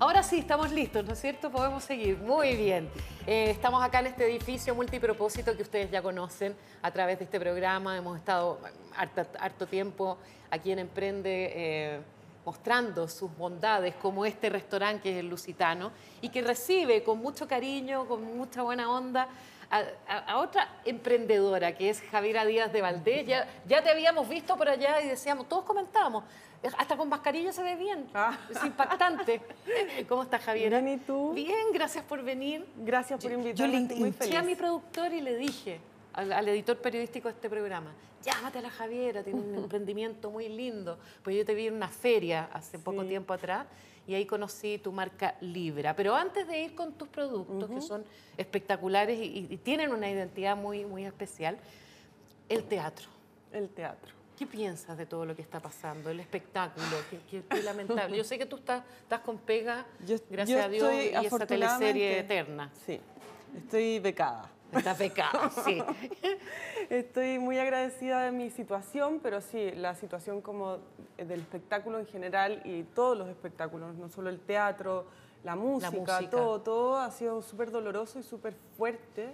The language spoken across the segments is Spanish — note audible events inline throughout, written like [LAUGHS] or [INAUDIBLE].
Ahora sí, estamos listos, ¿no es cierto? Podemos seguir. Muy bien. Eh, estamos acá en este edificio multipropósito que ustedes ya conocen a través de este programa. Hemos estado harta- harto tiempo aquí en Emprende eh, mostrando sus bondades, como este restaurante que es el Lusitano, y que recibe con mucho cariño, con mucha buena onda. A, a- a otra emprendedora que es Javiera Díaz de Valdés, ya, ya te habíamos visto por allá y decíamos, todos comentábamos, hasta con mascarilla se ve bien, es impactante. [LAUGHS] ¿Cómo estás, Javiera? Bien, ¿y tú? Bien, gracias por venir. Gracias por invitarme. estoy muy Fui feliz. a mi productor y le dije al, al editor periodístico de este programa, llámate a la Javiera, tiene [LAUGHS] un emprendimiento muy lindo. Pues yo te vi en una feria hace poco tiempo atrás y ahí conocí tu marca Libra. Pero antes de ir con tus productos, que son espectaculares y, y- y tienen una identidad muy, muy especial, el teatro. El teatro. ¿Qué piensas de todo lo que está pasando? El espectáculo, que, que- qué lamentable. Yo sé que tú estás, estás con pega, Yo- gracias yo a Dios, estoy, y esa teleserie afortunadamente- eterna. Sí, estoy becada. Está [LAUGHS] pecado, sí. Estoy muy agradecida de mi situación, pero sí, la situación como del espectáculo en general y todos los espectáculos, no solo el teatro, la música, música. todo, todo ha sido súper doloroso y súper fuerte.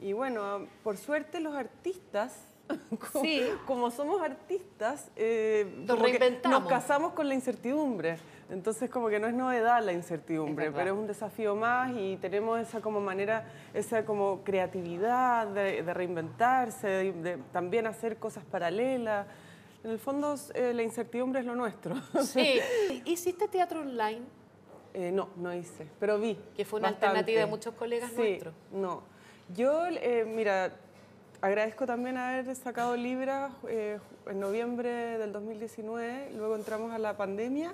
Y bueno, por suerte los artistas, [LAUGHS] como, Sí. como somos artistas, eh, Nos como que reinventamos. nos casamos con la incertidumbre. Entonces como que no es novedad la incertidumbre, Es verdad. pero es un desafío más y tenemos esa como manera, esa como creatividad de, de reinventarse, de, de también hacer cosas paralelas. En el fondo, eh, la incertidumbre es lo nuestro. Sí. ¿Hiciste teatro online? [LAUGHS] Eh, no, no hice, pero vi. Que fue una alternativa de muchos colegas sí, nuestros. No. Yo, eh, mira, agradezco también haber sacado Libra eh, en noviembre del 2019, luego entramos a la pandemia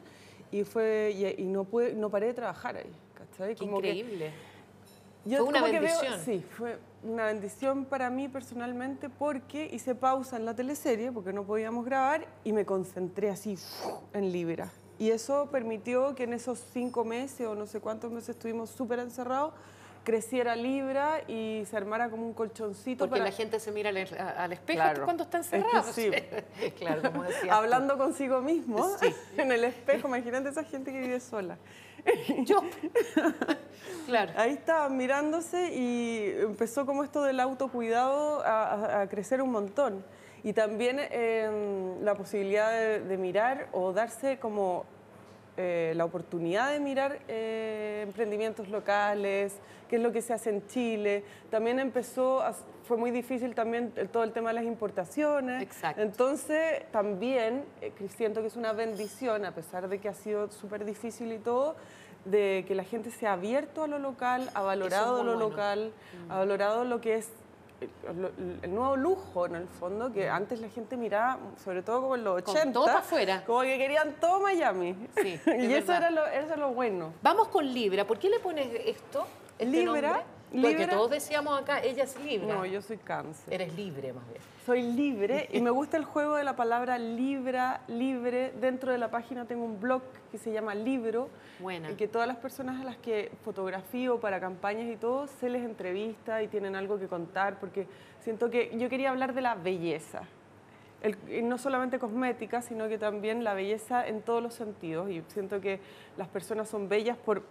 y, fue, y, y no, pude, no paré de trabajar ahí. ¿Cachai? Qué Como que- increíble. Fue una como que veo- bendición. sí, fue una bendición para mí personalmente porque hice pausa en la teleserie porque no podíamos grabar y me concentré así en Libra. Y eso permitió que en esos cinco meses o no sé cuántos meses estuvimos súper encerrados, creciera Libra y se armara como un colchoncito Porque para... la gente se mira al, al espejo Claro. cuando está Es que encerrado. sí. [LAUGHS] claro, como decía. Hablando consigo mismo Sí. [LAUGHS] en el espejo, imagínate esa gente que vive sola. Yo. Claro. Ahí estaba mirándose y empezó como esto del autocuidado a, a- a crecer un montón. Y también eh, la posibilidad de, de mirar o darse como eh, la oportunidad de mirar eh, emprendimientos locales, qué es lo que se hace en Chile. También empezó, a- fue muy difícil también el- todo el tema de las importaciones. Exacto. Entonces, también eh, que siento que es una bendición, a pesar de que ha sido súper difícil y todo, de que la gente se ha abierto a lo local, ha valorado muy lo bueno. Mm. local, ha valorado lo que es eh, lo- el nuevo lujo en el fondo, que antes la gente miraba, sobre todo como en Mm. los Con 80, todo pa' afuera. como que querían todo Miami. Sí, [LAUGHS] y es eso verdad. era, lo, eso era lo bueno. Vamos con Libra. ¿Por qué le pones esto? este Libra, nombre? Porque Libra- todos decíamos acá, ella es Libra. No, yo soy cáncer. Eres libre, más bien. Soy libre y me gusta el juego de la palabra libra, libre. Dentro de la página tengo un blog que se llama Libro. Buena. Y que todas las personas a las que fotografío para campañas y todo, se les entrevista y tienen algo que contar, porque siento que yo quería hablar de la belleza. El- y no solamente cosmética, sino que también la belleza en todos los sentidos. Y siento que las personas son bellas por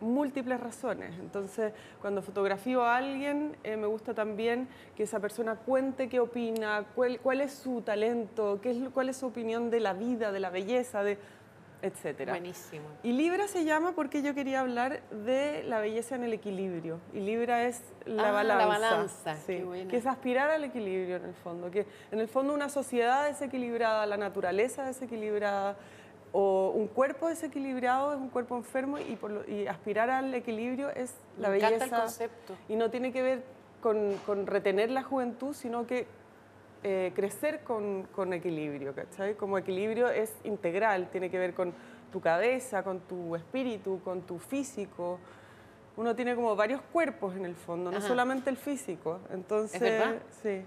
múltiples razones. Entonces, cuando fotografío a alguien, eh, me gusta también que esa persona cuente qué opina, cuál, cuál es su talento, qué es, lo- cuál es su opinión de la vida, de la belleza, de etcétera. Buenísimo. Y Libra se llama porque yo quería hablar de la belleza en el equilibrio. Y Libra es la Ah, la balanza. balanza, qué buena. Que es aspirar al equilibrio en el fondo. Que en el fondo una sociedad desequilibrada, la naturaleza desequilibrada o un cuerpo desequilibrado es un cuerpo enfermo y, por lo- y aspirar al equilibrio es la Me belleza. encanta el concepto. Y no tiene que ver con, con retener la juventud, sino que eh, crecer con, con equilibrio, ¿cachai? Como equilibrio es integral, tiene que ver con tu cabeza, con tu espíritu, con tu físico. Uno tiene como varios cuerpos en el fondo, no Ajá. solamente el físico. Entonces, verdad? sí.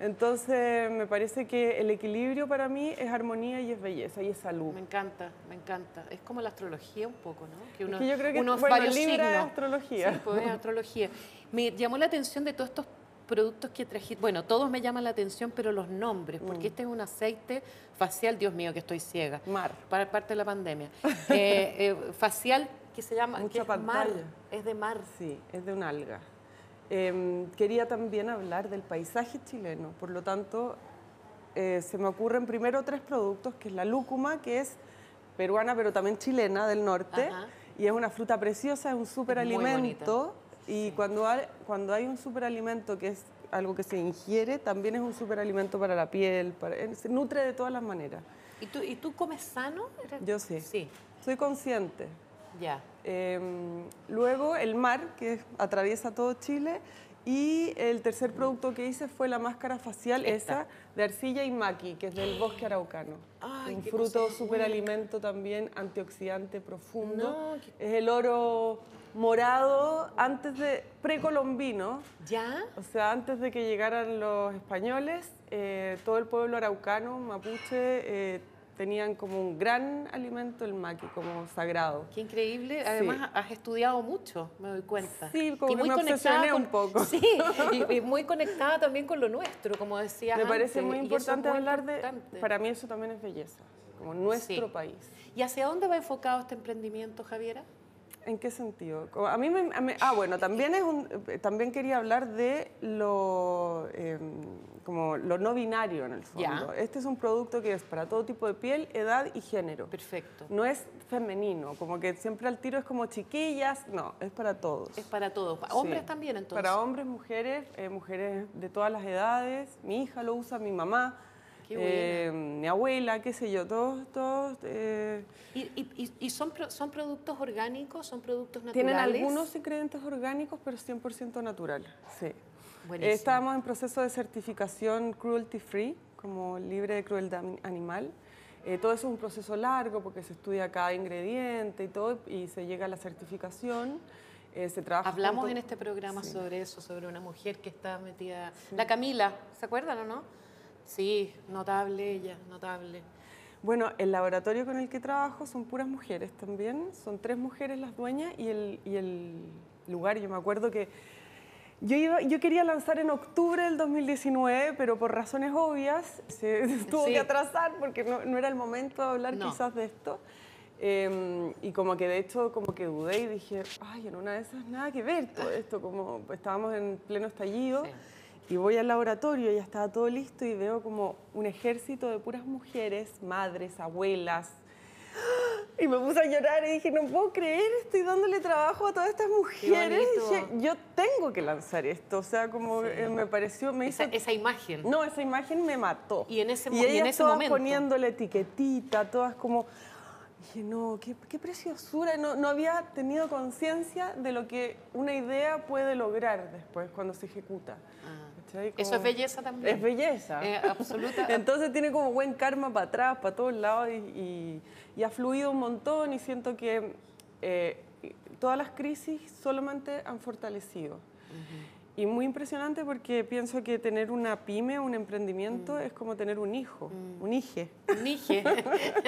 Entonces, me parece que el equilibrio para mí es armonía y es belleza y es salud. Me encanta, me encanta. Es como la astrología un poco, ¿no? Que que yo creo que, unos bueno, varios Libra es signos. astrología. Sí, pues, es astrología. Me llamó la atención de todos estos productos que trajiste, bueno, todos me llaman la atención, pero los nombres, porque Mm. este es un aceite facial, Dios mío, que estoy ciega. Mar. Para parte de la [LAUGHS] pandemia. Eh, eh, facial que se llama. Mucha que es mar, pantalla. es de mar. Sí, es de un alga. Eh, quería también hablar del paisaje chileno, por lo tanto, eh, se me ocurren primero tres productos, que es la lúcuma, que es peruana pero también chilena del norte, Ajá. y es una fruta preciosa, es un superalimento, y cuando, hay, cuando hay un superalimento que es algo que se ingiere, también es un superalimento para la piel, para- eh, se nutre de todas las maneras. ¿Y tú, ¿Y tú comes sano? Yo sí. Sí, Soy consciente. ya. Eh, luego el mar, que es- atraviesa todo Chile. Y el tercer producto que hice fue la máscara facial, Esta. esa de arcilla y maqui, que es del bosque araucano. Ay, Un qué fruto cosa superalimento también, antioxidante profundo. No, qué- Es el oro morado antes de precolombino. ¿Ya? O sea, antes de que llegaran los españoles, eh, todo el pueblo araucano, mapuche, eh, tenían como un gran alimento el maqui, como sagrado. Qué increíble. Además, has estudiado mucho, me doy cuenta. Sí, como Y que me obsesioné con- un poco. [LAUGHS] Sí, y, y muy conectada también con lo nuestro, como decía Me parece muy y eso es importante muy hablar importante. de... Para mí eso también es belleza, como nuestro país. ¿Y hacia dónde va enfocado este emprendimiento, Javiera? ¿En qué sentido? Como A mí me, a mí- ah, bueno, también, es un, eh, también quería hablar de lo, eh, como lo no binario en el fondo. Ya. Este es un producto que es para todo tipo de piel, edad y género. Perfecto. No es femenino, como que siempre al tiro es como chiquillas, no, es para todos. Es para todos. Hombres Sí. también, entonces. Para hombres, mujeres, eh, mujeres de todas las edades. Mi hija lo usa, mi mamá, Qué eh, mi abuela, qué sé yo, todos, todos. eh, ¿Y, y- y- y son, pro- son productos orgánicos? ¿Son productos naturales? tienen algunos ingredientes orgánicos, pero 100% natural. Sí. Buenísimo. Estábamos en proceso de certificación cruelty free, como libre de crueldad ani- animal. Eh, todo eso es un proceso largo porque se estudia cada ingrediente y todo y se llega a la certificación. eh, se trabaja Hablamos junto- en este programa Sí. sobre eso, sobre una mujer que está metida. La Camila, ¿se acuerdan o no? Sí, notable ella, notable. Bueno, el laboratorio con el que trabajo son puras mujeres también, son tres mujeres las dueñas y el, y el lugar, yo me acuerdo que yo, iba- yo quería lanzar en octubre del 2019, pero por razones obvias se [LAUGHS] tuvo Sí. que atrasar porque no, no era el momento de hablar No. quizás de esto. Eh, y como que de hecho como que dudé y dije, ay, en una de esas nada que ver todo esto, como estábamos en pleno estallido. Sí. Y voy al laboratorio, ya estaba todo listo y veo como un ejército de puras mujeres, madres, abuelas. Y me puse a llorar y dije, no puedo creer, estoy dándole trabajo a todas estas mujeres. Y dije, bonito. yo tengo que lanzar esto. O sea, como eh, me pareció, me hizo... Esa, esa imagen. No, esa imagen me mató. Y en ese mo- y y en ellas ese todas momento. poniendo la etiquetita, todas como... Dije, no, qué, qué preciosura. No, no había tenido conciencia de lo que una idea puede lograr después cuando se ejecuta. Ah. ¿Cachai? Eso Como- es belleza también. Es belleza. Eh, [LAUGHS] absoluta. Entonces tiene como buen karma para atrás, para todos lados y, y- y ha fluido un montón y siento que eh, todas las crisis solamente han fortalecido. Y muy impresionante porque pienso que tener una pyme, un Mm. emprendimiento, es como tener un hijo, un hije. Nige. [LAUGHS]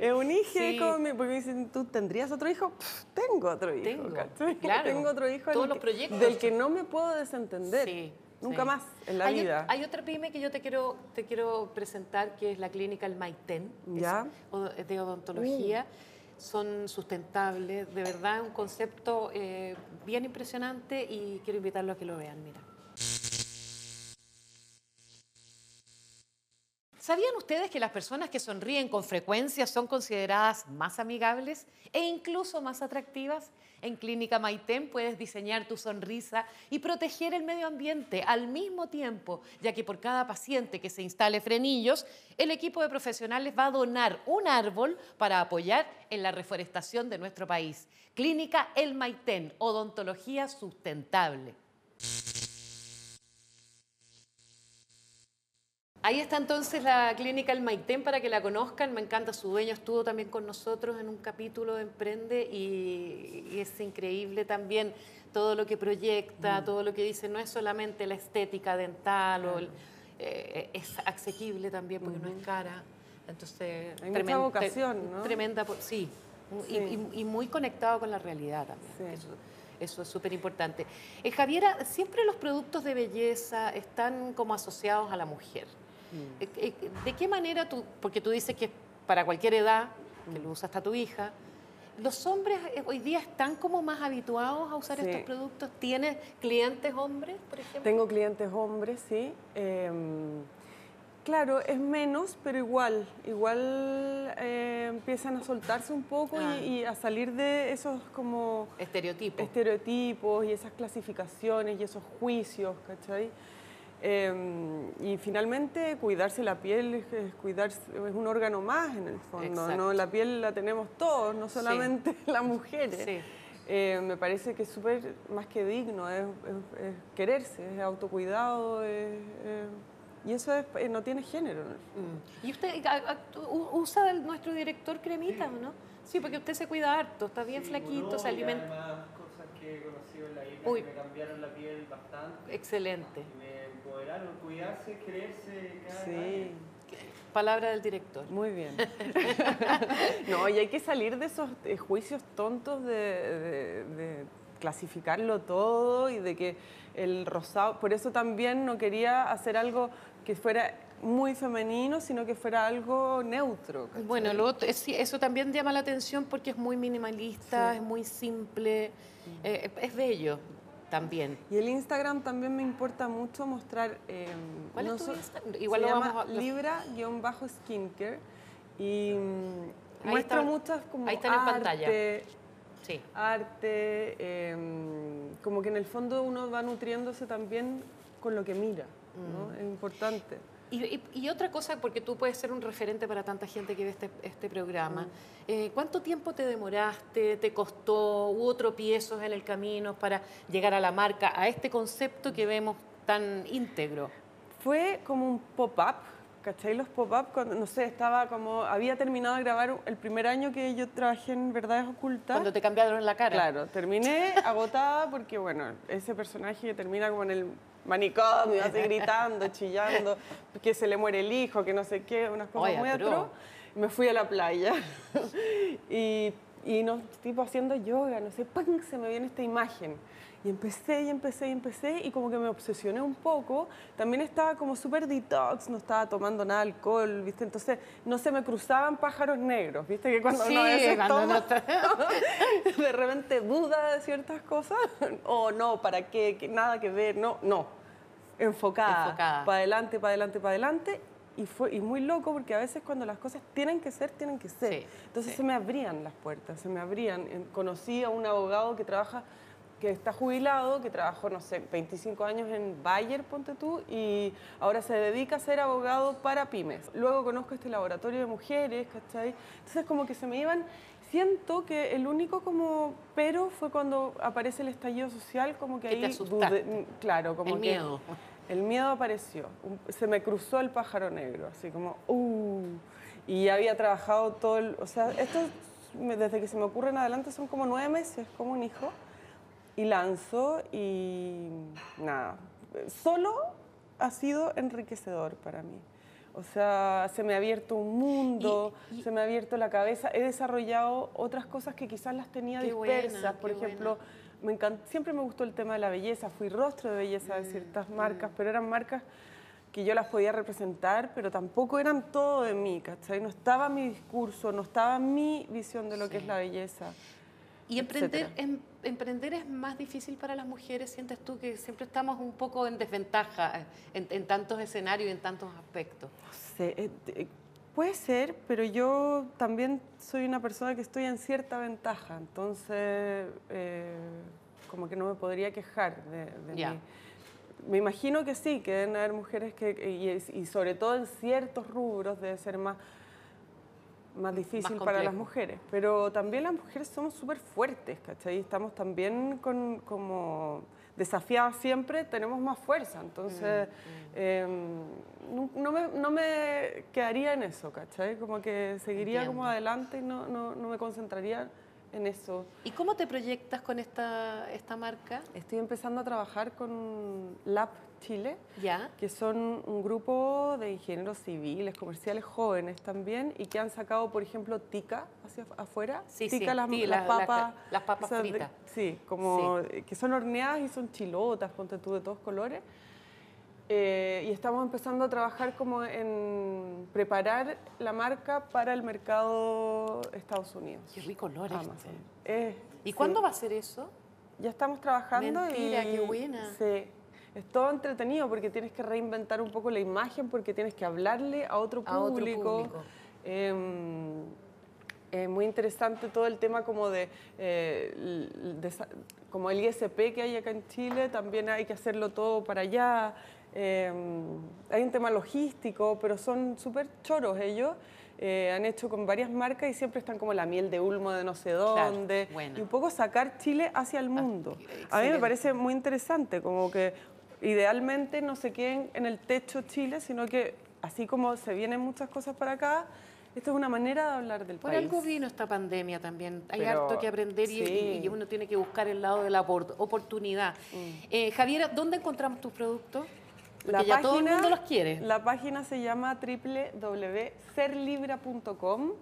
Es un hije, Sí. como mi- porque me dicen, ¿tú tendrías otro hijo? Pff, tengo otro hijo, Tengo, ¿cachai? claro. Tengo otro hijo Todos del los que- proyectos. del que no me puedo desentender. Sí, Nunca sí. más en la hay, ot- vida. Hay otra pyme que yo te quiero, te quiero presentar, que es la clínica El Maitén, que es Ya. Uh. od- de odontología. Son sustentables, de verdad, un concepto eh, bien impresionante y quiero invitarlo a que lo vean, mira. ¿Sabían ustedes que las personas que sonríen con frecuencia son consideradas más amigables e incluso más atractivas? En Clínica Maitén puedes diseñar tu sonrisa y proteger el medio ambiente al mismo tiempo, ya que por cada paciente que se instale frenillos, el equipo de profesionales va a donar un árbol para apoyar en la reforestación de nuestro país. Clínica El Maitén, odontología sustentable. Ahí está entonces la clínica El Maitén para que la conozcan. Me encanta, su dueño estuvo también con nosotros en un capítulo de Emprende y, y es increíble también todo lo que Mm. proyecta, todo lo que dice. No es solamente la estética dental, o el- eh, es asequible también porque no es cara. Entonces, Hay mucha vocación, ¿no? Tremenda, po- sí. Y- Sí. Y, y muy conectado con la realidad también. Sí. que eso Eso es súper importante. Eh, Javiera, siempre los productos de belleza están como asociados a la mujer. Mm. Eh, eh, ¿De qué manera tú, porque tú dices que es para cualquier edad, que Mm. lo usa hasta tu hija, los hombres eh, hoy día están como más habituados a usar Sí. estos productos? ¿Tienes clientes hombres, por ejemplo? Tengo clientes hombres, sí. Em, claro, es menos, pero igual, igual eh, empiezan a soltarse un poco y- Ah. y, a salir de esos como Estereotipos. estereotipos y esas clasificaciones y esos juicios, ¿cachai? Em, y finalmente cuidarse la piel es, es cuidarse, es un órgano más en el fondo, Exacto. ¿no? La piel la tenemos todos, no solamente [LAUGHS] las mujeres. Sí. Eh, me parece que es súper más que digno, es, es- es quererse, es autocuidado, es- es- y eso es- eh, no tiene género. ¿no? Mm. ¿Y usted a- a- u- usa el- nuestro director cremita o no? Sí, porque usted se cuida harto, está bien flaquito, se alimenta. Además, cosas que he conocido en la isla Uy. que me cambiaron la piel bastante. Excelente. y Me empoderaron, cuidarse, creerse cada Sí, año. Palabra del director. muy bien. [LAUGHS] no, y hay que salir de esos eh, juicios tontos de, de- de clasificarlo todo y de que el rosado, por eso también no quería hacer algo que fuera muy femenino, sino que fuera algo neutro. ¿cachai? Bueno, lo otro- es- sí, eso también llama la atención porque es muy minimalista, Sí. es muy simple, eh, es bello también. Y el Instagram también me importa mucho mostrar. eh, ¿Cuál es tu so- Instagram? Igual se lo llama vamos a- lo- Libra-skincare. Y mm, Ahí muestro está- muchas como. ahí están en arte, pantalla. Sí. Arte. eh, como que en el fondo uno va nutriéndose también con lo que mira. ¿no? Mm. Es importante. Y, y- y otra cosa, porque tú puedes ser un referente para tanta gente que ve este, este programa, eh, ¿cuánto tiempo te demoraste, te costó, hubo tropiezos en el camino para llegar a la marca, a este concepto que vemos tan íntegro? Fue como un pop-up, ¿cachai? Los pop-up, cuando, no sé, estaba como. Había terminado de grabar el primer año que yo trabajé en Verdades Ocultas. Cuando te cambiaron la cara. [LAUGHS] Claro, terminé agotada porque, bueno, ese personaje que termina como en el manicomio, [LAUGHS] así gritando, chillando, que se le muere el hijo, que no sé qué, unas cosas Oye, muy pero- atroz. Me fui a la playa [LAUGHS] y, y no, tipo haciendo yoga, no sé, ¡pam! se me viene esta imagen. Y empecé, y empecé, y empecé, y como que me obsesioné un poco. También estaba como súper detox, no estaba tomando nada de alcohol, ¿viste? Entonces, no se me cruzaban pájaros negros, ¿viste? Que cuando Sí, uno a veces cuando toma- no te- [LAUGHS] de repente duda de ciertas cosas [LAUGHS] o no, ¿para qué? Que Nada que ver, no, no. Enfocada. Enfocada. Para adelante, para adelante, para adelante. Y fue y muy loco porque a veces cuando las cosas tienen que ser, tienen que ser. Sí, Entonces sí. se me abrían las puertas, se me abrían. En- Conocí a un abogado que trabaja, que está jubilado, que trabajó, no sé, 25 años en Bayer, ponte tú, y ahora se dedica a ser abogado para pymes. Luego conozco este laboratorio de mujeres, ¿cachai? Entonces como que se me iban... Siento que el único como pero fue cuando aparece el estallido social, como que Que ahí te asustaste. dudé- claro, como El que miedo. el miedo apareció, un- se me cruzó el pájaro negro, así como, uh, y ya había trabajado todo el, o sea, esto me- desde que se me ocurre en adelante son como nueve meses, como un hijo, y lanzo y nada, solo ha sido enriquecedor para mí. O sea, se me ha abierto un mundo, Y- y- se me ha abierto la cabeza, he desarrollado otras cosas que quizás las tenía Qué buena, dispersas, por qué buena. ejemplo, me encan- siempre me gustó el tema de la belleza, fui rostro de belleza de ciertas Mm, marcas, pero eran marcas que yo las podía representar, pero tampoco eran todo de mí, ¿cachai? No estaba mi discurso, no estaba mi visión de lo que es la belleza. Y emprender, etcétera. em- emprender es más difícil para las mujeres, sientes tú que siempre estamos un poco en desventaja eh, en, en tantos escenarios y en tantos aspectos. No sé, eh, eh, puede ser, pero yo también soy una persona que estoy en cierta ventaja, entonces eh, como que no me podría quejar de, de Ya. mí. Me imagino que sí, que deben haber mujeres que, y, y sobre todo en ciertos rubros debe ser más, más difícil para las complejo. mujeres, pero también las mujeres somos súper fuertes, ¿cachai? Estamos también con, como desafiadas siempre, tenemos más fuerza, Mm. entonces eh, no, no me, no me quedaría en eso, ¿cachai? Como que seguiría Entiendo. como adelante y no, no, no me concentraría en eso. ¿Y cómo te proyectas con esta, esta marca? Estoy empezando a trabajar con Lab Chile, ¿Ya? que son un grupo de ingenieros civiles, comerciales jóvenes también, y que han sacado, por ejemplo, tica hacia af- afuera. Sí, tica, sí, las, sí, las la- la- papas. las papas esas de- fritas. sí, como eh, que son horneadas y son chilotas, ponte tú de todos colores. Eh, y estamos empezando a trabajar como en preparar la marca para el mercado Estados Unidos. Qué rico olor este. Amazon. Eh, ¿Y sí. cuándo va a ser eso? Ya estamos trabajando Mentira, y... qué buena. Sí. Es todo entretenido porque tienes que reinventar un poco la imagen porque tienes que hablarle a otro A otro público. público. Em, eh, muy interesante todo el tema como de, eh, l- de esa- como el ISP que hay acá en Chile, también hay que hacerlo todo para allá. Em, hay un tema logístico, pero son súper choros ellos. Eh, han hecho con varias marcas y siempre están como la miel de Ulmo de no sé Claro, dónde. buena. Y un poco sacar Chile hacia el mundo. A mí excelente. me parece muy interesante, como que idealmente no se queden en el techo Chile, sino que así como se vienen muchas cosas para acá, esto es una manera de hablar del Por país. algo vino esta pandemia también. Hay Pero, harto que aprender y, sí. y uno tiene que buscar el lado de la opor- oportunidad. Eh, Javiera, ¿dónde encontramos tus productos? Porque Mm. La ya todo el página- mundo los quiere. La página se llama www.serlibra.com.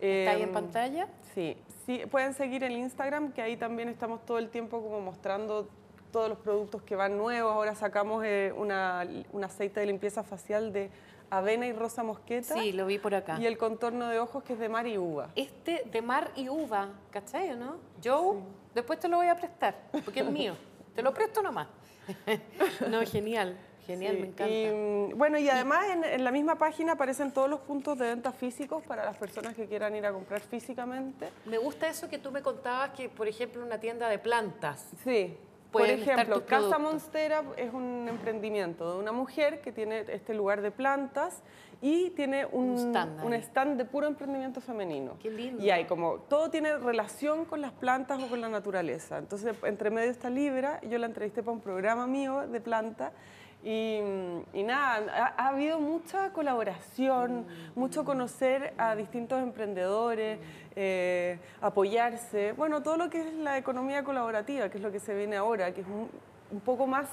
¿Está ahí Em, en pantalla? Sí, sí, pueden seguir el Instagram, que ahí también estamos todo el tiempo como mostrando todos los productos que van nuevos. Ahora sacamos eh, una- un aceite de limpieza facial de avena y rosa mosqueta. Sí, lo vi por acá. Y el contorno de ojos que es de mar y uva. Este de mar y uva, ¿cachai o no? Joe, después te lo voy a prestar, porque es mío. te lo presto nomás. [LAUGHS] no, genial, genial, Sí, me encanta. Y, mm, bueno, y además en, en la misma página aparecen todos los puntos de venta físicos para las personas que quieran ir a comprar físicamente. Me gusta eso que tú me contabas que, por ejemplo, una tienda de plantas. Sí. Por Pueden estar ejemplo, tus Casa productos. Monstera es un emprendimiento de una mujer que tiene este lugar de plantas y tiene un, Un stand ahí. un stand de puro emprendimiento femenino. Qué lindo. Y hay como, todo tiene relación con las plantas o con la naturaleza. Entonces, entre medio está Libra, yo la entrevisté para un programa mío de planta. Y, mm, y nada, ha, ha habido mucha colaboración, mucho conocer a distintos emprendedores, eh, apoyarse, bueno, todo lo que es la economía colaborativa, que es lo que se viene ahora, que es un, un poco más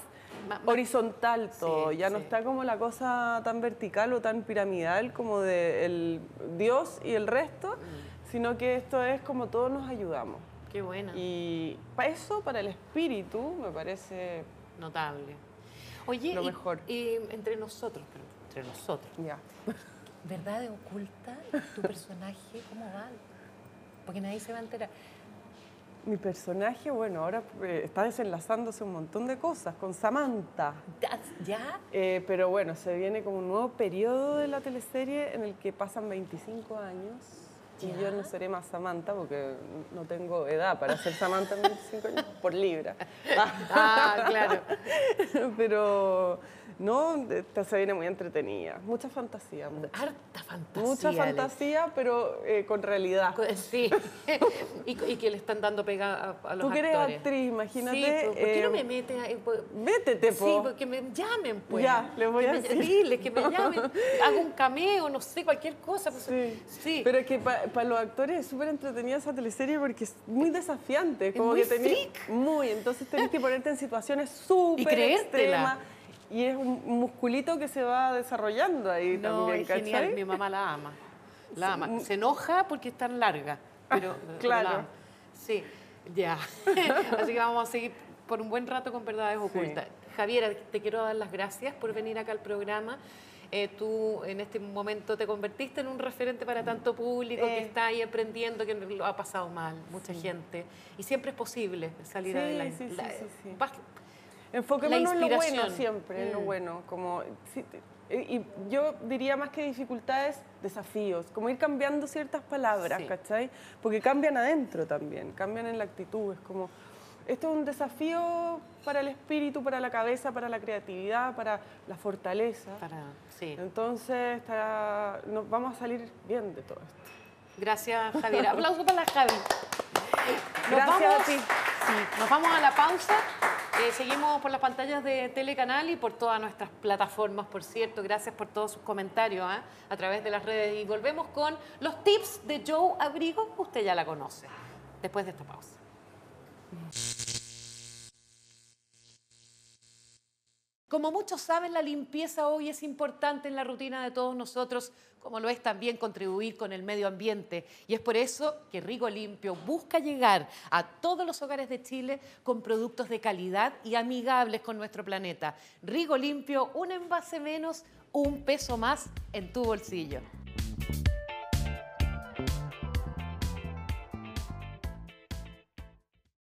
Ma- más- horizontal todo, Sí, ya no sí. está está como la cosa tan vertical o tan piramidal como de el Dios y el resto, Mm. sino que esto es como todos nos ayudamos. Qué buena. Y para eso, para el espíritu, me parece Notable. Oye, Lo y- mejor. y entre nosotros, pero entre nosotros. ya. ¿Verdad oculta tu personaje? ¿Cómo va? Porque nadie se va a enterar. Mi personaje, bueno, ahora eh, está desenlazándose un montón de cosas con Samantha. ¿Ya- ¿Ya? Eh, pero bueno, se viene como un nuevo periodo de la teleserie en el que pasan 25 años. Ya. Y yo no seré más Samantha porque no tengo edad para ser Samantha en 25 años por [LAUGHS] libra. Ah, claro. [LAUGHS] Pero no, esta se viene muy entretenida. Mucha fantasía. mu- Harta fantasía. Mucha Ale. fantasía, pero eh, con realidad. Co- [LAUGHS] Sí. y, co- y que le están dando pega a, a los Tú que eres actores. actriz, imagínate, Sí, pues, ¿por qué no eh, me meten ahí? Pues, Métete, po. Sí, porque me llamen, pues. Ya, les voy Que a me- decir. Diles [LAUGHS] que me llamen, hago un cameo, no sé, cualquier cosa. pues, Sí. sí. Pero es que para los actores es súper entretenida esa teleserie porque es muy desafiante. Como muy que tenés- freak. Muy, entonces tenés que ponerte en situaciones súper creértela. extremas. Y es un musculito que se va desarrollando ahí No, también, es genial, ¿cachai? mi mamá la ama. La ama. Se enoja porque es tan larga, [LAUGHS] pero pero Claro. la ama. Sí, ya. [LAUGHS] Así que vamos a seguir por un buen rato con verdades ocultas. Javiera, te quiero dar las gracias por venir acá al programa. Eh, tú en este momento te convertiste en un referente para tanto público que Eh. está ahí aprendiendo, que lo ha pasado mal, mucha gente. Y siempre es posible salir Sí, adelante. sí, sí, La- sí, sí. basta- Enfoquémonos en lo bueno inspiración. siempre, en lo Mm. bueno. Como, sí, te- y y yo diría más que dificultades, desafíos. Como ir cambiando ciertas palabras, Sí. ¿cachai? Porque cambian adentro también, cambian en la actitud. Es como, esto es un desafío para el espíritu, para la cabeza, para la creatividad, para la fortaleza. para- sí. Entonces, está- nos vamos a salir bien de todo esto. Gracias, Javier. Aplauso para la Javi. Nos Gracias vamos, a ti. sí, nos vamos a la pausa. Eh, seguimos por las pantallas de Telecanal y por todas nuestras plataformas, por cierto. Gracias por todos sus comentarios ¿ah? a través de las redes. Y volvemos con los tips de Joe Abrigo, que usted ya la conoce, después de esta pausa. Como muchos saben, la limpieza hoy es importante en la rutina de todos nosotros, como lo es también contribuir con el medio ambiente. Y es por eso que Rigo Limpio busca llegar a todos los hogares de Chile con productos de calidad y amigables con nuestro planeta. Rigo Limpio, un envase menos, un peso más en tu bolsillo.